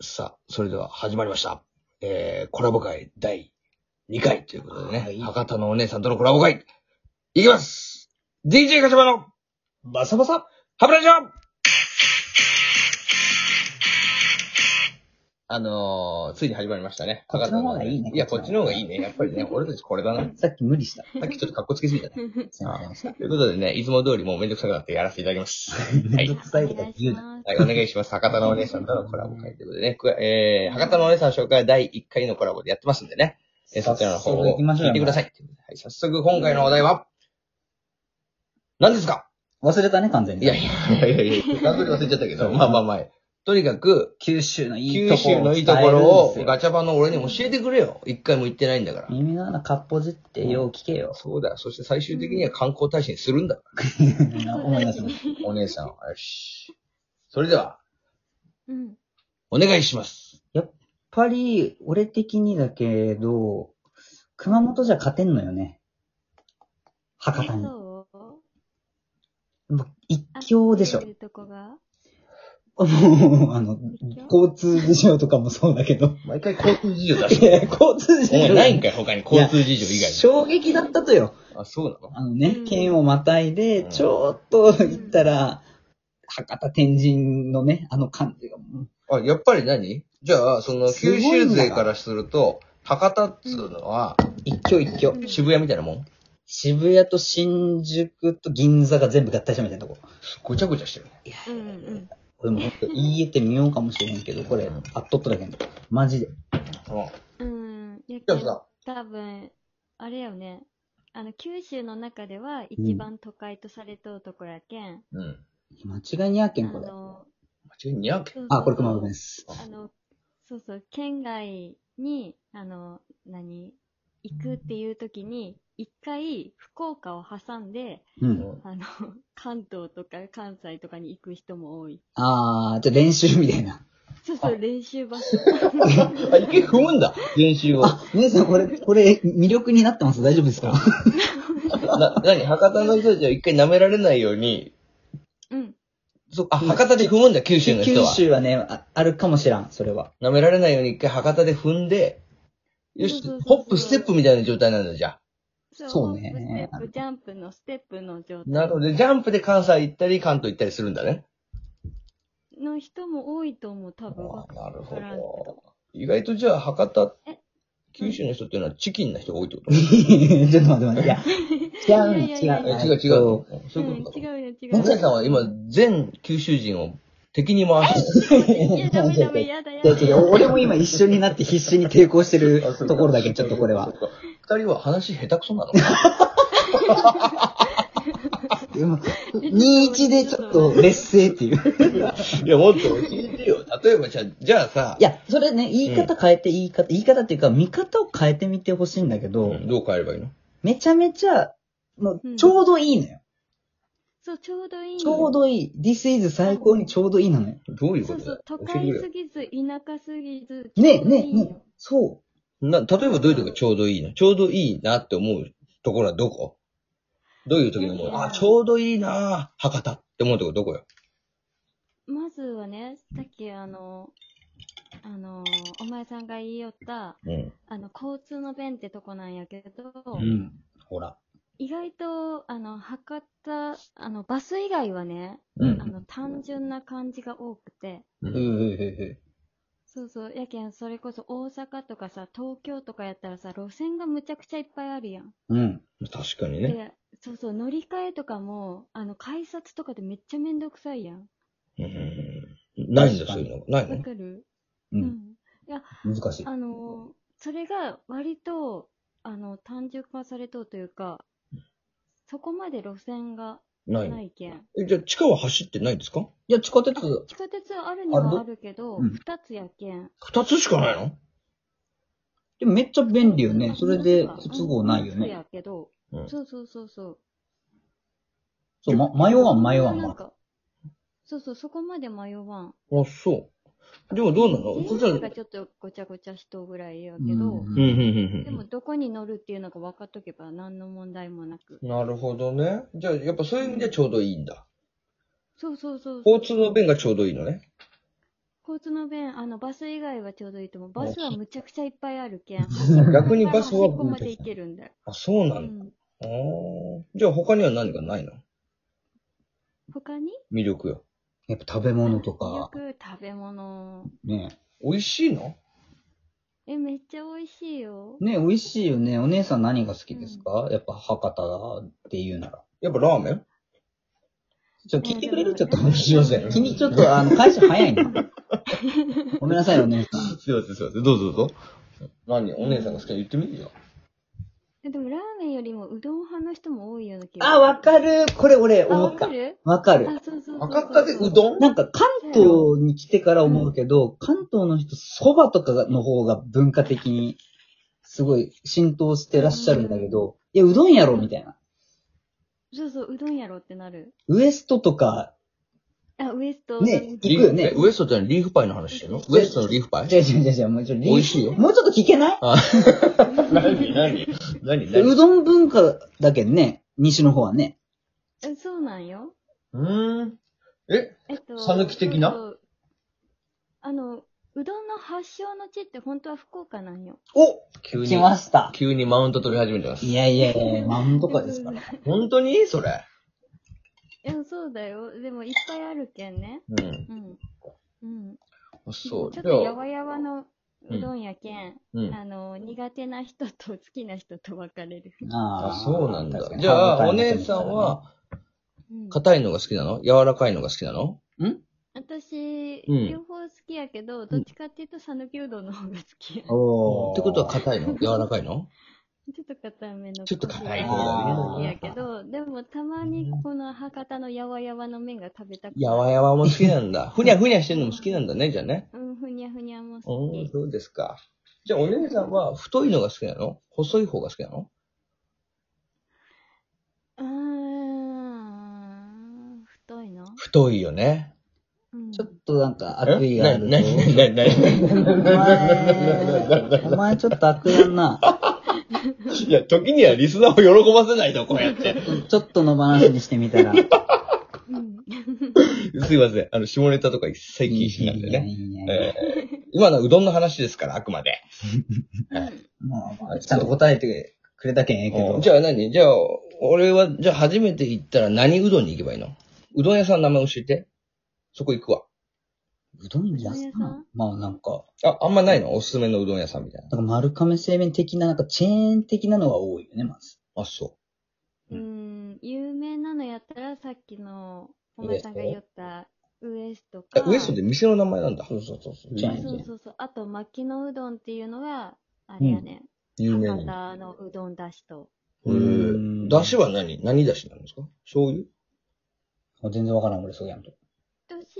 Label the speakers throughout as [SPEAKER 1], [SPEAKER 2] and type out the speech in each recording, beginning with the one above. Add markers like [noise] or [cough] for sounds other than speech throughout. [SPEAKER 1] さあ、それでは始まりました。えー、コラボ会第2回ということでね、
[SPEAKER 2] はい
[SPEAKER 1] 博多のお姉さんとのコラボ会、いきます !DJ ガチャバの
[SPEAKER 2] バサバサ
[SPEAKER 1] ハブラジオあのー、ついに始まりましたね。
[SPEAKER 2] こっちの方がいいね
[SPEAKER 1] 博多のや、こ
[SPEAKER 2] こ
[SPEAKER 1] っ
[SPEAKER 2] っ
[SPEAKER 1] ち
[SPEAKER 2] ち
[SPEAKER 1] の
[SPEAKER 2] の
[SPEAKER 1] 方
[SPEAKER 2] 方
[SPEAKER 1] が
[SPEAKER 2] が
[SPEAKER 1] いいね。やっぱりね、俺たちこれだな。
[SPEAKER 2] さっき無理した。
[SPEAKER 1] さっきちょっと格好つけすぎたね。
[SPEAKER 2] すいませんでした。
[SPEAKER 1] ということでね、いつも通りもうめんどくさくなってやらせていただきます。は
[SPEAKER 2] めん
[SPEAKER 1] い
[SPEAKER 2] ど。くさいとか自由だ。
[SPEAKER 1] はい、お願いします。博多のお姉さんとのコラボ会ということでね、くえー、博多のお姉さん紹介は第1回のコラボでやってますんでね、えー、そちらの方を
[SPEAKER 2] 早速行きましょう
[SPEAKER 1] 聞いて
[SPEAKER 2] よ
[SPEAKER 1] ください。はい、早速今回のお題は、何ですか
[SPEAKER 2] 忘れたね、完全に。
[SPEAKER 1] いやいやいやいやいや、完全に忘れちゃったけど、まあまあまあ、とにかく、
[SPEAKER 2] 九州のいいと
[SPEAKER 1] 九
[SPEAKER 2] こ
[SPEAKER 1] 州
[SPEAKER 2] ろを
[SPEAKER 1] のい
[SPEAKER 2] 伝えるんです
[SPEAKER 1] いところ
[SPEAKER 2] よ。
[SPEAKER 1] をガチャバの俺に教えてくれよ。一回も行ってないんだから。
[SPEAKER 2] 耳の穴かっぽじってよう聞けよ。
[SPEAKER 1] そうだよ。そして最終的には観光大使にするんだ。
[SPEAKER 2] 思います。
[SPEAKER 1] お姉さんを。よし。それでは、
[SPEAKER 3] うん。
[SPEAKER 1] お願いします。
[SPEAKER 2] やっぱり、俺的にだけど、熊本じゃ勝てんのよね。博多に。も
[SPEAKER 3] そう
[SPEAKER 2] 一強でしょ
[SPEAKER 3] 住ん。るとこが
[SPEAKER 2] もう、あの、交通事情とかもそうだけど。
[SPEAKER 1] 毎回交通事情出
[SPEAKER 2] いや、交通
[SPEAKER 1] お
[SPEAKER 2] 事
[SPEAKER 1] 前
[SPEAKER 2] 情。
[SPEAKER 1] ないんかい他に交通事情以外に。
[SPEAKER 2] 衝撃だったとよ。
[SPEAKER 1] あ、そうなの
[SPEAKER 2] あのね
[SPEAKER 3] う、ん
[SPEAKER 2] 県をまたいで、
[SPEAKER 1] うん
[SPEAKER 2] ちょっと行ったら、博多天神のね、あの感じがもう、
[SPEAKER 1] あ、やっぱり何じゃあ、その、
[SPEAKER 2] すご
[SPEAKER 1] 九
[SPEAKER 2] いんだ
[SPEAKER 1] 州勢からすると、博多っつうのは、
[SPEAKER 2] 一挙一挙。
[SPEAKER 3] うん
[SPEAKER 1] 渋谷みたいなもん
[SPEAKER 2] 渋谷と新宿と銀座が全部合体したみたいなとこ。
[SPEAKER 1] ごちゃごちゃしてるね。
[SPEAKER 3] うんうん。
[SPEAKER 2] 俺もほんと言えてみようかもしれへんけど、これ、あっとっとだけど、マジで。
[SPEAKER 1] うん。
[SPEAKER 3] うん。やけ
[SPEAKER 1] じゃ
[SPEAKER 3] ど
[SPEAKER 1] あさ、
[SPEAKER 3] 多分、あれよね。あの、九州の中では一番都会とされとうとこやけん。
[SPEAKER 1] うん。
[SPEAKER 2] 間違いにやけん、
[SPEAKER 3] あ
[SPEAKER 2] これ。
[SPEAKER 3] の、
[SPEAKER 1] 間違いにやけ。
[SPEAKER 3] そうそう
[SPEAKER 2] あ、これ熊本です。
[SPEAKER 3] あの、そうそう、県外に、あの、何行くっていう時に、一回福岡を挟んで、
[SPEAKER 2] うん。
[SPEAKER 3] あの、関東とか関西とかに行く人も多い。
[SPEAKER 2] あー、じゃあ練習みたいな。
[SPEAKER 3] そうそう、練習場所。
[SPEAKER 1] あ、一回踏むんだ。練習を。
[SPEAKER 2] あ、姉さん、これ、これ、魅力になってます大丈夫ですか
[SPEAKER 1] な、なに博多の人たちは一回舐められないように、
[SPEAKER 3] うん。
[SPEAKER 1] そあ、博多で踏むんだ、九州の人
[SPEAKER 2] 九
[SPEAKER 1] は。
[SPEAKER 2] 州はね、ああるかもしらん、それは。
[SPEAKER 1] 舐められないように一回博多で踏んで、よし
[SPEAKER 3] そうそう、そうそ
[SPEAKER 1] ホ
[SPEAKER 3] う
[SPEAKER 1] ップ、ステップみたいな状態なんだ、じゃあ。
[SPEAKER 2] そうね
[SPEAKER 3] ホップステップ、ジャンプのステップの状態
[SPEAKER 1] なるほど。ジャンプで関西行ったり、関東行ったりするんだね。
[SPEAKER 3] の人も多いと思う、多分。
[SPEAKER 1] あなる
[SPEAKER 3] わからんけど。
[SPEAKER 1] ど。意外とじゃあ、博多
[SPEAKER 3] え、
[SPEAKER 1] 九州の人っていうのはチキンな人が多いってこと
[SPEAKER 2] ちょっと待って待って。いや、違うんです、
[SPEAKER 3] い
[SPEAKER 2] 違
[SPEAKER 3] や
[SPEAKER 2] う
[SPEAKER 3] い
[SPEAKER 1] え
[SPEAKER 3] やい
[SPEAKER 1] 違
[SPEAKER 2] ん。
[SPEAKER 1] う違う
[SPEAKER 2] そ。
[SPEAKER 1] そういうこと
[SPEAKER 3] うん違
[SPEAKER 1] か。
[SPEAKER 3] うよ、違う
[SPEAKER 1] 本
[SPEAKER 3] よ。
[SPEAKER 1] 谷さんは今、全九州人を敵に回してる。
[SPEAKER 3] いや、ダメダメ、やだや
[SPEAKER 2] う
[SPEAKER 3] だ。
[SPEAKER 2] 違う違う。俺も今一緒になって必死に抵抗してる
[SPEAKER 1] あそうか
[SPEAKER 2] ところだけ、ちょっとこれは。。
[SPEAKER 1] そうか二人は話下手くそ [laughs] なの
[SPEAKER 2] でも21でちょっと劣勢っていう。
[SPEAKER 1] いや、もっと教えてよ。例えば、じゃあ、じゃあさ、
[SPEAKER 2] いや、それね、言い方変えて、言い方、言い方っていうか、見方を変えてみてほしいんだけ
[SPEAKER 1] う
[SPEAKER 2] ど、
[SPEAKER 1] んどう変えればいいの
[SPEAKER 2] めちゃめちゃ、も
[SPEAKER 3] う
[SPEAKER 2] う、
[SPEAKER 3] ん
[SPEAKER 2] ちょうどいいのよ。
[SPEAKER 3] そう、ちょうどいい。
[SPEAKER 2] ちょうどいい。This is 最高にちょうどいいなのよ。
[SPEAKER 1] どういう
[SPEAKER 3] そ
[SPEAKER 1] こと
[SPEAKER 3] うそ
[SPEAKER 1] だ教
[SPEAKER 3] う、都
[SPEAKER 1] えて
[SPEAKER 3] 会
[SPEAKER 1] くれよ
[SPEAKER 3] すぎず、田舎すぎず。
[SPEAKER 2] ねえ
[SPEAKER 3] ちょうどい
[SPEAKER 2] ね
[SPEAKER 3] いよ
[SPEAKER 2] えねそ
[SPEAKER 1] な、例えばどういう時がちょうどいいのちょうどいいなって思うところはどこどういう時に思う
[SPEAKER 3] いや
[SPEAKER 1] あ、ちょうどいいな博多って思うとこどこよ
[SPEAKER 3] まずはね、さっきあの、あの、お前さんが言いよった、
[SPEAKER 1] うん。
[SPEAKER 3] あの、交通の便ってとこなんやけど、
[SPEAKER 2] う。うん。ほら。
[SPEAKER 3] 意外と、あの、博多、あの、バス以外はね、
[SPEAKER 2] う
[SPEAKER 3] あ
[SPEAKER 2] ん。
[SPEAKER 3] の、単純な感じが多くて、
[SPEAKER 2] うんうんうんう
[SPEAKER 3] そうそう。やけん、それこそ大阪とかさ、東京とかやったらさ、路線がむちゃくちゃいっぱいあるやん。
[SPEAKER 2] ん。うん。
[SPEAKER 1] 確かにね。
[SPEAKER 3] で、そうそう、乗り換えとかも、あの、改札とかでめっちゃめんどくさいやん。
[SPEAKER 1] うん。ないんだ、
[SPEAKER 2] 確か
[SPEAKER 1] そう
[SPEAKER 2] に
[SPEAKER 1] いうの。ない
[SPEAKER 3] わ
[SPEAKER 1] の
[SPEAKER 3] かる
[SPEAKER 2] う。
[SPEAKER 3] うんん。
[SPEAKER 2] 難しい。
[SPEAKER 3] あの、それが割と、あの、単純化されとうというか、そこまで路線が
[SPEAKER 1] ない
[SPEAKER 3] な
[SPEAKER 1] の。
[SPEAKER 3] いけん。
[SPEAKER 1] え、じゃあ、地下は走ってないんですか
[SPEAKER 2] いや、地下鉄、
[SPEAKER 3] 地下鉄あるにはあるけど、
[SPEAKER 2] あるうん
[SPEAKER 3] 二つやけん。
[SPEAKER 1] 二つしかないの
[SPEAKER 2] でもめっちゃ便利よね。それで
[SPEAKER 3] うん
[SPEAKER 2] 不都合ないよ
[SPEAKER 3] 二つ
[SPEAKER 2] ね。
[SPEAKER 3] やけど、
[SPEAKER 1] うん
[SPEAKER 3] そうそうそうそう。
[SPEAKER 2] そう、ま、迷わん、迷わん
[SPEAKER 3] なん
[SPEAKER 2] わ。
[SPEAKER 3] かそうそう、そこまで迷わん。
[SPEAKER 1] あ、そう。でもどうなのそし
[SPEAKER 3] 電
[SPEAKER 1] たら、
[SPEAKER 3] 車
[SPEAKER 1] うん
[SPEAKER 3] が、ちょっとごちゃごちゃしとうぐらいや
[SPEAKER 2] う
[SPEAKER 3] けど、
[SPEAKER 1] うん、うん
[SPEAKER 2] ん。、
[SPEAKER 3] で
[SPEAKER 1] う
[SPEAKER 3] も
[SPEAKER 1] ん。
[SPEAKER 3] どこに乗るっていうのが分かっとけば何の問題もなく。
[SPEAKER 1] なるほどね。じゃあ、やっぱそういう意味ではちょうどいいんだ。
[SPEAKER 3] そうそうそうそう。
[SPEAKER 1] 交通の便がちょうどいいのね。
[SPEAKER 3] 交交通の便、あの、バス以外はちょうどいいと思う。バスはむちゃくちゃいっぱいあるけん。
[SPEAKER 2] [laughs]
[SPEAKER 1] 逆にバスは
[SPEAKER 3] 端っこまで行けるんだよ。
[SPEAKER 1] あ、そう
[SPEAKER 3] う
[SPEAKER 1] なんだ。
[SPEAKER 3] ん。
[SPEAKER 1] あーじゃあ他には何かないの
[SPEAKER 3] 他に
[SPEAKER 1] 魅力よ。
[SPEAKER 2] やっぱ食べ物と
[SPEAKER 3] よ
[SPEAKER 2] か、
[SPEAKER 3] く食べ物。
[SPEAKER 2] ね。
[SPEAKER 1] 美味しいの
[SPEAKER 3] え、めっちゃ美味しいよ。
[SPEAKER 2] ね、美味しいよね。お姉さん何が好きですか、やっぱ博多って言うなら。
[SPEAKER 1] やっぱラーメン
[SPEAKER 2] ちょっと聞いてくれるちょっと。
[SPEAKER 1] すいません。
[SPEAKER 2] 君ちょっと、あの、会社早いな。ごめんなさい、お姉
[SPEAKER 3] [laughs]
[SPEAKER 2] さん。
[SPEAKER 1] すいません、すいません。どうぞどうぞ。何お姉さんが好きなの言ってみるよ。
[SPEAKER 3] えでも、ラーメンよりもうどん派の人も多いような気が
[SPEAKER 2] あ、わかる。これ俺
[SPEAKER 3] あ
[SPEAKER 2] 思
[SPEAKER 3] わ
[SPEAKER 2] っ
[SPEAKER 3] か
[SPEAKER 2] た。
[SPEAKER 3] る
[SPEAKER 2] わかる。
[SPEAKER 3] あ、そうそうそうそう。
[SPEAKER 1] 博多でうどん
[SPEAKER 2] なんか関東に来てから思うけど、関東の人、蕎麦とかの方が文化的にすごい浸透してらっしゃるんだけど、いや、うどんやろみたいな。
[SPEAKER 3] そうそう、うどんやろってなる。
[SPEAKER 2] ウエストとか、
[SPEAKER 3] あ、ウエスト。
[SPEAKER 2] ね、
[SPEAKER 1] リ
[SPEAKER 2] 聞くよね
[SPEAKER 1] え。ウエストってのはリーフパイの話してんのウエストのリーフパイ
[SPEAKER 2] 違う違う違う違う、もうちょっとリー
[SPEAKER 1] 美味しいよ
[SPEAKER 2] もうちょっと聞けない
[SPEAKER 3] [laughs]
[SPEAKER 1] 何何何
[SPEAKER 2] うどん文化だけどね、西の方はね。
[SPEAKER 3] えそうなんよ。
[SPEAKER 1] うーん。え
[SPEAKER 3] えっと。
[SPEAKER 1] 讃岐的な
[SPEAKER 3] そうそうあの、うどんの発祥の地って本当は福岡なんよ。
[SPEAKER 2] お
[SPEAKER 1] 急
[SPEAKER 2] 来
[SPEAKER 1] に、
[SPEAKER 2] ました。
[SPEAKER 1] 急にマウント取り始めてます。
[SPEAKER 2] いやいやいや、マウントかですから。
[SPEAKER 1] 本当にそれ。
[SPEAKER 3] え、そうだよ。でもいっぱいあるけんね。
[SPEAKER 1] うん。
[SPEAKER 3] うん。うん。
[SPEAKER 1] あそう。
[SPEAKER 3] ち
[SPEAKER 1] じ
[SPEAKER 3] ょ
[SPEAKER 1] ゃ
[SPEAKER 3] っとやわ
[SPEAKER 1] あ、
[SPEAKER 3] やわのうどんやけん、
[SPEAKER 1] うん。
[SPEAKER 3] あの、苦手な人と [laughs] 好きな人と分かれる。
[SPEAKER 2] あ
[SPEAKER 1] あ、そうなんだ
[SPEAKER 2] 確か。に
[SPEAKER 1] じゃあ、お姉さんは、
[SPEAKER 3] うん
[SPEAKER 1] 硬いのが好きなの柔らかいのが好きなの
[SPEAKER 3] 私、
[SPEAKER 1] うん
[SPEAKER 3] 両方好きやけど、どっちかっていうと讃岐うどんの方が好きや。
[SPEAKER 2] おー
[SPEAKER 1] ってことは硬いの柔らかいの
[SPEAKER 3] ちょっと硬めの。
[SPEAKER 1] ちょっと硬い
[SPEAKER 2] 方が
[SPEAKER 3] 好き
[SPEAKER 2] ね
[SPEAKER 3] やけど、でもたまにこの博多のやわやわの麺が食べたく
[SPEAKER 1] やわ
[SPEAKER 3] や。
[SPEAKER 1] やわも好きなんだ。 [laughs] ふにゃふにゃしてるのも好きなんだね、じゃあね。
[SPEAKER 3] うん、ふにゃふにゃも好
[SPEAKER 1] うん、
[SPEAKER 3] き。
[SPEAKER 1] そうですか。じゃあ、お姉さんは太いのが好きなの細い方が好きなの
[SPEAKER 3] うーん、太いの
[SPEAKER 1] 太いよね。
[SPEAKER 3] うん
[SPEAKER 2] ちょっとなんか悪意があるぞ。
[SPEAKER 1] なになになになになに
[SPEAKER 2] お前、お前ちょっと悪やんな。
[SPEAKER 1] いや、時にはリスナーを喜ばせないと、こうやって。
[SPEAKER 2] ちょっとの話にしてみたら。い
[SPEAKER 3] うん。
[SPEAKER 1] すいません。あの、下ネタとか一切禁止なんでね。えー今のはうどんの話ですから、あくまで。
[SPEAKER 2] まあまあちゃんと答えてくれたけんええけ
[SPEAKER 1] う
[SPEAKER 2] ど。
[SPEAKER 1] んじゃあ何じゃあ、俺は、じゃあ初めて行ったら何うどんに行けばいいのうどん屋さんの名前教えて。そこ行くわ。
[SPEAKER 2] うどん屋さ
[SPEAKER 3] うどん屋さ
[SPEAKER 2] ん
[SPEAKER 3] ん
[SPEAKER 2] まあなんか、
[SPEAKER 1] あ、あんまないのおすすめのうどん屋さんみたいな。
[SPEAKER 2] なんか丸亀製麺的な、なんかチェーン的なのが多いよね、まず。
[SPEAKER 1] あ、そう。
[SPEAKER 3] うん、有名なのやったらさっきのお前さんが言ったウエスト
[SPEAKER 1] え
[SPEAKER 3] か。
[SPEAKER 1] ウエストって店の名前なんだ。
[SPEAKER 2] うそうそうそうチェーン
[SPEAKER 3] そう
[SPEAKER 2] 店。
[SPEAKER 3] そうそう。あと、巻きのうどんっていうのが、あれやね、
[SPEAKER 1] 有
[SPEAKER 3] ん。
[SPEAKER 1] 名
[SPEAKER 3] 博
[SPEAKER 1] なの。
[SPEAKER 3] 多のうどんだしと。
[SPEAKER 1] へ
[SPEAKER 2] うん
[SPEAKER 1] ーだしは何何だしなんですか醤
[SPEAKER 2] [laughs]
[SPEAKER 1] 油
[SPEAKER 2] もう全然わからん、俺、そうやんと。
[SPEAKER 3] 私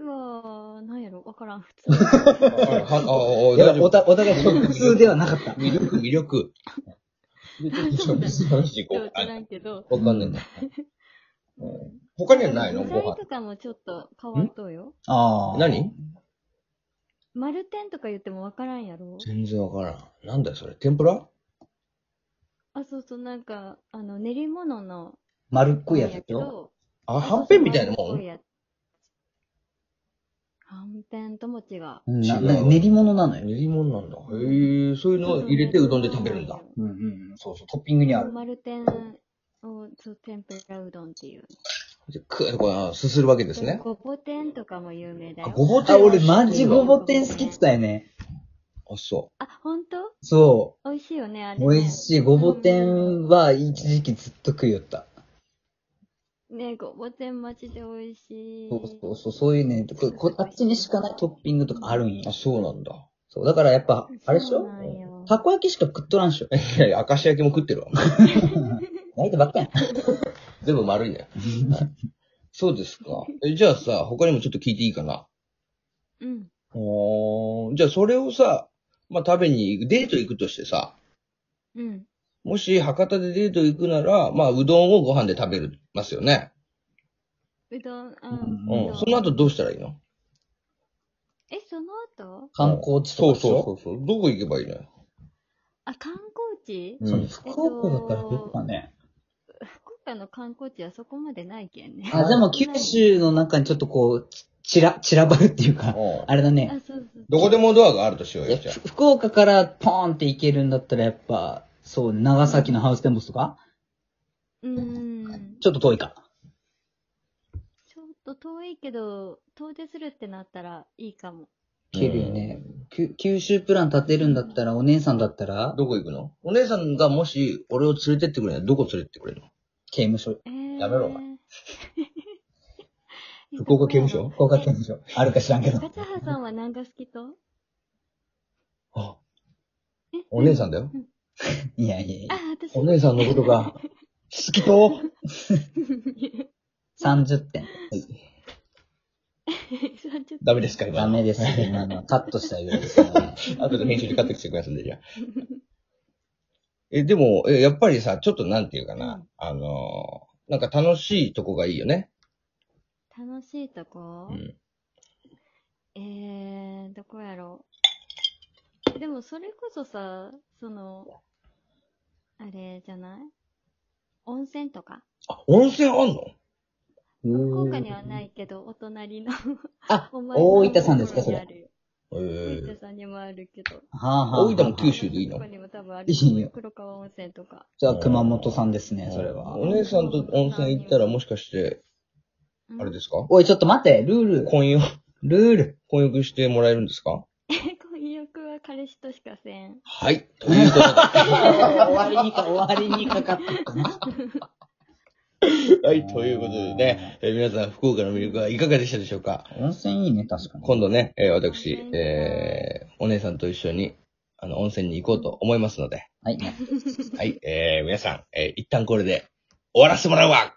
[SPEAKER 3] は、なんやろわからん、
[SPEAKER 1] [laughs]
[SPEAKER 3] 普通。
[SPEAKER 1] あ、あ、あ、大
[SPEAKER 2] やばい
[SPEAKER 1] 丈
[SPEAKER 2] お
[SPEAKER 1] 夫。
[SPEAKER 2] た、お互い普通ではなかった。
[SPEAKER 1] 魅力、魅 [laughs] 力。ちょっと [laughs] マジで
[SPEAKER 3] ち
[SPEAKER 1] ご
[SPEAKER 3] ょっと知
[SPEAKER 1] 飯
[SPEAKER 3] らんけど。
[SPEAKER 1] わかんないな。うん他にはないの
[SPEAKER 3] 具
[SPEAKER 1] ご
[SPEAKER 3] 材
[SPEAKER 1] 飯。
[SPEAKER 3] とかもちょっと変わっとうよ。
[SPEAKER 2] ああ。
[SPEAKER 1] 何
[SPEAKER 3] 丸天とか言ってもわからんやろ
[SPEAKER 1] 全然わからん。なんだよ、それ。天ぷら
[SPEAKER 3] あ、そうそう、なんか、あの、練り物の。
[SPEAKER 2] 丸っこいやつでしょ
[SPEAKER 1] あ、はんぺんみたいな
[SPEAKER 3] そう
[SPEAKER 1] も
[SPEAKER 3] そう丸っ
[SPEAKER 1] ん
[SPEAKER 3] こやつはんぺんとも違う。
[SPEAKER 2] うんな
[SPEAKER 1] 違う
[SPEAKER 2] なんか練り物なのよ。
[SPEAKER 1] 練り物なんだ。へえ、そういうのを入れてうどんで食べるんだ。
[SPEAKER 2] うんうん。そうそう、トッピングにある。
[SPEAKER 3] 丸天を、そう、天ぷらうどんっていう。
[SPEAKER 1] でくこれあすするわけですね。
[SPEAKER 3] ごぼ天とかも有名だ
[SPEAKER 1] あ、
[SPEAKER 3] よ。
[SPEAKER 1] ごぼ天
[SPEAKER 2] あ、俺、
[SPEAKER 1] は
[SPEAKER 2] マ
[SPEAKER 1] 知って
[SPEAKER 2] ジ
[SPEAKER 1] る
[SPEAKER 2] ごぼ天好きってたよね。
[SPEAKER 1] あ、そ
[SPEAKER 3] あ、ほんと
[SPEAKER 2] そ
[SPEAKER 3] 美味しいよね、あれ、
[SPEAKER 2] う。
[SPEAKER 3] ね。
[SPEAKER 2] 美味しい。ごぼ天は一時期ずっと食いよった。
[SPEAKER 3] ね、ごぼ天マジで美味しい。
[SPEAKER 2] そうそうそう、そういうね、ここあっちにしかないトッピングとかあるん
[SPEAKER 1] う。
[SPEAKER 2] や
[SPEAKER 1] あ、。そうなんだ。
[SPEAKER 2] そう、だからやっぱ、あれでし
[SPEAKER 3] そう
[SPEAKER 2] ょ
[SPEAKER 3] なんよ
[SPEAKER 2] たこ焼きしか食っとらんっしょ。
[SPEAKER 1] いやいや、明石焼きも食ってるわ。
[SPEAKER 2] 焼いてば [laughs] っかやん。
[SPEAKER 1] 全部丸いね。はいそうですか。え、じゃあさ、他にもちょっと聞いていいかな。
[SPEAKER 3] うん。
[SPEAKER 1] おーじゃあそれをさ、まあ、食べに行く、デート行くとしてさ、
[SPEAKER 3] うん。
[SPEAKER 1] もし博多でデート行くなら、まあ、うどんをご飯で食べるますよね。
[SPEAKER 3] うどん、あ
[SPEAKER 2] うん
[SPEAKER 1] うん。その後どうしたらいいの
[SPEAKER 3] え、その後
[SPEAKER 2] 観光地
[SPEAKER 1] そう
[SPEAKER 2] とかでしょ。
[SPEAKER 1] そうそうそう。どこ行けばいいのよ。
[SPEAKER 3] あ、観光地
[SPEAKER 1] うん
[SPEAKER 2] そう福岡だったらどっかね。
[SPEAKER 3] 福岡の観光地はそこまでないけんね。
[SPEAKER 2] あ、でも九州の中にちょっとこう、ち散ら、散らばるっていうか、
[SPEAKER 1] うん
[SPEAKER 2] あれだ
[SPEAKER 3] あ、
[SPEAKER 2] ね。
[SPEAKER 3] そうそう。
[SPEAKER 1] どこでもドアがあるとしようよ、じゃあ
[SPEAKER 2] ふ福岡からポーンって行けるんだったらやっぱ、そう、長崎のハウステンボスとか
[SPEAKER 3] うーん。
[SPEAKER 2] ちょっと遠いか。
[SPEAKER 3] ちょっと遠いけど、遠出するってなったらいいかも。
[SPEAKER 2] 行けるよね。きゅ九州プラン立てるんだったら、お姉さんだったら、
[SPEAKER 1] どこ行くのお姉さんがもし俺を連れてってくれるならどこ連れてってくれるの
[SPEAKER 2] 刑務所。
[SPEAKER 3] えー、
[SPEAKER 1] やめろお
[SPEAKER 3] [laughs]
[SPEAKER 1] 前福岡刑務所
[SPEAKER 2] 福岡刑務所。あるか知らんけど。
[SPEAKER 1] [laughs]
[SPEAKER 3] ガチャハさんは何が好きと
[SPEAKER 1] あ、お姉さんだよ。
[SPEAKER 2] いやいやい
[SPEAKER 3] あ
[SPEAKER 2] や。、
[SPEAKER 3] 私。 [laughs]
[SPEAKER 1] お姉さんのことが、好きと、
[SPEAKER 2] 30点。
[SPEAKER 3] 30
[SPEAKER 1] ダメですか、今。
[SPEAKER 2] ダメです。今のはカットしたいぐらいですね。
[SPEAKER 1] [laughs] 後で編集で買ってきてくださいね、じゃあ。え、でも、え、やっぱりさ、ちょっとなんていうかな、
[SPEAKER 3] うん
[SPEAKER 1] あのー、なんか楽しいとこがいいよね。
[SPEAKER 3] 楽しいとこ、
[SPEAKER 1] うん。
[SPEAKER 3] えー、どこやろう。でもそれこそさ、その、あれじゃない温泉とか
[SPEAKER 1] あ、温泉あんの
[SPEAKER 3] 福
[SPEAKER 2] 福
[SPEAKER 3] 岡にはないけど、お隣の
[SPEAKER 2] あ、
[SPEAKER 3] [laughs] お前
[SPEAKER 2] 大分さんですか、
[SPEAKER 3] のとこ
[SPEAKER 2] それ。は
[SPEAKER 3] ろにあるよ
[SPEAKER 1] え
[SPEAKER 3] 大
[SPEAKER 1] ー
[SPEAKER 3] 分、さんにもあるけど。
[SPEAKER 2] あはあはあ
[SPEAKER 1] 大分も九州でいいの
[SPEAKER 3] 他にも多分あ
[SPEAKER 2] い
[SPEAKER 3] る
[SPEAKER 2] いよ
[SPEAKER 3] 黒川温泉とか。
[SPEAKER 2] じゃあ、熊本さんですね、それは
[SPEAKER 1] お。姉さんと温泉行ったらもしかして、あれですか
[SPEAKER 2] おい、ちょっと待って、ルール。
[SPEAKER 1] 婚浴、
[SPEAKER 2] ルー
[SPEAKER 1] [laughs]
[SPEAKER 2] ル。
[SPEAKER 1] 婚浴してもらえるんですか
[SPEAKER 3] [laughs] 婚約は彼氏としかせん。
[SPEAKER 1] はい。ということで。
[SPEAKER 2] 終わりにか、終わりにかか [laughs] ってくな。
[SPEAKER 1] [laughs] はい、ということでね、えー皆さん、福岡の魅力はいかがでしたでしょうか
[SPEAKER 2] 温泉いいね、確かに。
[SPEAKER 1] 今度ね、えー私、えーお姉さんと一緒に、あの、温泉に行こうと思いますので、
[SPEAKER 2] はい。
[SPEAKER 1] はい、えー皆さん、えー一旦これで終わらせてもらうわ